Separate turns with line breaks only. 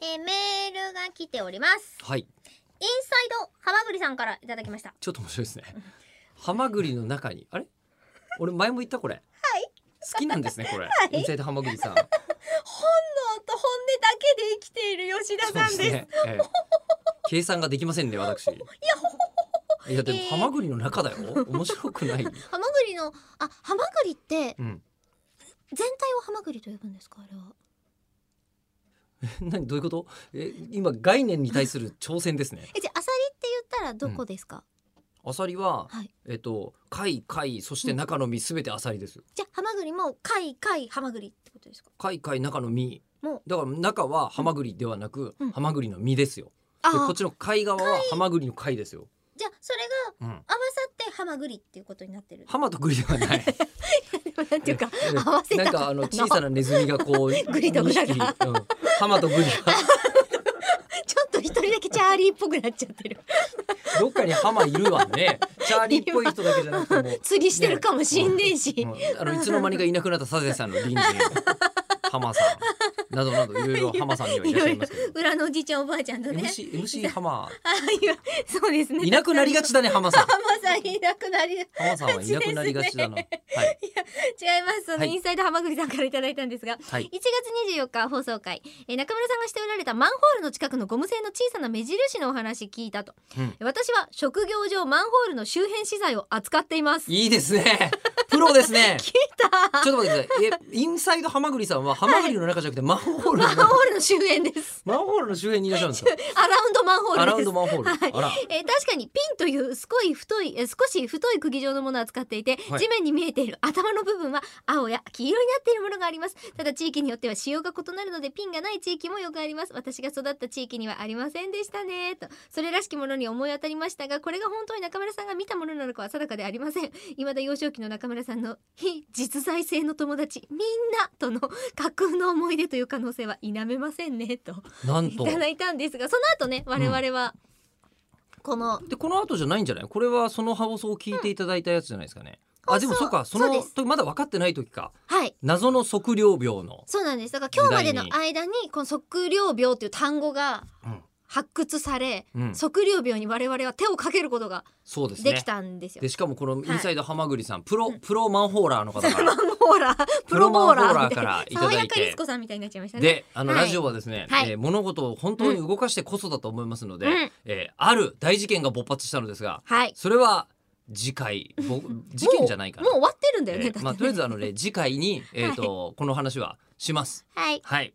えーメールが来ております
はい
インサイドハマグリさんからいただきました
ちょっと面白いですねハマグリの中にあれ俺前も言ったこれはい好きなんですねこれ、インサイドハマグリさん
本能と本音だけで生きている吉田さんです
ね、ええ計算ができませんね私いやいやでも
えー
ハマグリの中だよ面白くな
ハ
い、
マグリのあハマグリって
うん、
全体をハマグリと呼ぶんですかあれは
何どういうことえ今概念に対する挑戦ですね
えじゃあアサリって言ったらどこですか、
アサリは、
はい
えっと貝貝そして中の身すべてアサリです
じゃあハマグリも貝貝ハマグリってことですか
貝貝中の身
も
だから中はハマグリではなく、
うん
ハマグリの身ですよ
あ
でこっ
あ
ちの貝側はハマグリの貝ですよ、
じゃあそれが
うん、
合わさってハマグリっていうことになってる
ハマとグリで はない
なんていうか
ええ
合わせた
なんかあの小さなネズミがこう
グリとグラが
二匹うん、ハマとグ リが
ちょっと一人だけチャーリーっぽくなっちゃってる
どっかにハマいるわね。チャーリーっぽい人だけじゃなくても。
釣りしてるかもしんねえし、
うんあのいつの間にかいなくなったサゼさんの隣人。ハマさん。などなどいろいろハマさんにはいらっしゃいますけど。
裏のおじいちゃんおばあちゃんとね
MC MC ハマ
ああいうそうです ね
いなくなりがちだねハマさん。
ハマさんいなくなり違い
ハマさんはいなくなりが ちだな。はい
ますその
はい
インサイドハマグリさんからいただいたんですが、
はい
1月24日放送回、えー中村さんがしておられたマンホールの近くのゴム製の小さな目印のお話聞いたと、
うん
私は職業上マンホールの周辺資材を扱っています
いいですね。プロですね。
聞いた
ちょっと待ってください。えインサイドハマグリさんはハマグリの中じゃなくてマンホールの
マンホールの周辺です
マンホールの周辺にいらっしゃるんですか。
アラウンドマンホールです
アラウンドマンホール。
はい
あら。
えー確かにピンという少し太いえー少し太い釘状のものを使っていて、
はい
地面に見えている頭の部分は青や黄色になっているものがありますただ地域によっては使用が異なるのでピンがない地域もよくあります私が育った地域にはありませんでしたねとそれらしきものに思い当たりましたがこれが本当に中村さんが見たものなのかは定かでありません未だ幼少期の中村さんの非実在性の友達みんなとの架空の思い出という可能性は否めませんねと
なん
い
と。
ただいたんですがその後ね我々はこの、
でこの後じゃないんじゃないこれはその放送を聞いていただいたやつじゃないですかね、
うん
あでも
そう
そうかそ
そう
の
です
時まだ分かってない時か
はい
謎の測量病の、
そうなんですだから今日までの間にこの測量病という単語が
うん
発掘され、
うん、
測量病に我々は手をかけることが
そうですね
できたんですよ
で。しかもこのインサイドハマグリさん、プロプロマンホーラーの方
それ
か
マ
ら
ンホーラープロボーラーみたいな
プロマンホーラーからいただ
爽
いて
やかリスコさんみたいになっちゃいましたね。
であの
はい
ラジオはですね、
はい
えー物事を本当に動かしてこそだと思いますので、
うん
えーある大事件が勃発したのですが
はい
それは次回 ぼ事件じゃないかな
もうもう終わってるんだよね。
え
だっ
ー
てね
まあ、とりあえずあのね次回に、えーとこの話はします。
はい
はい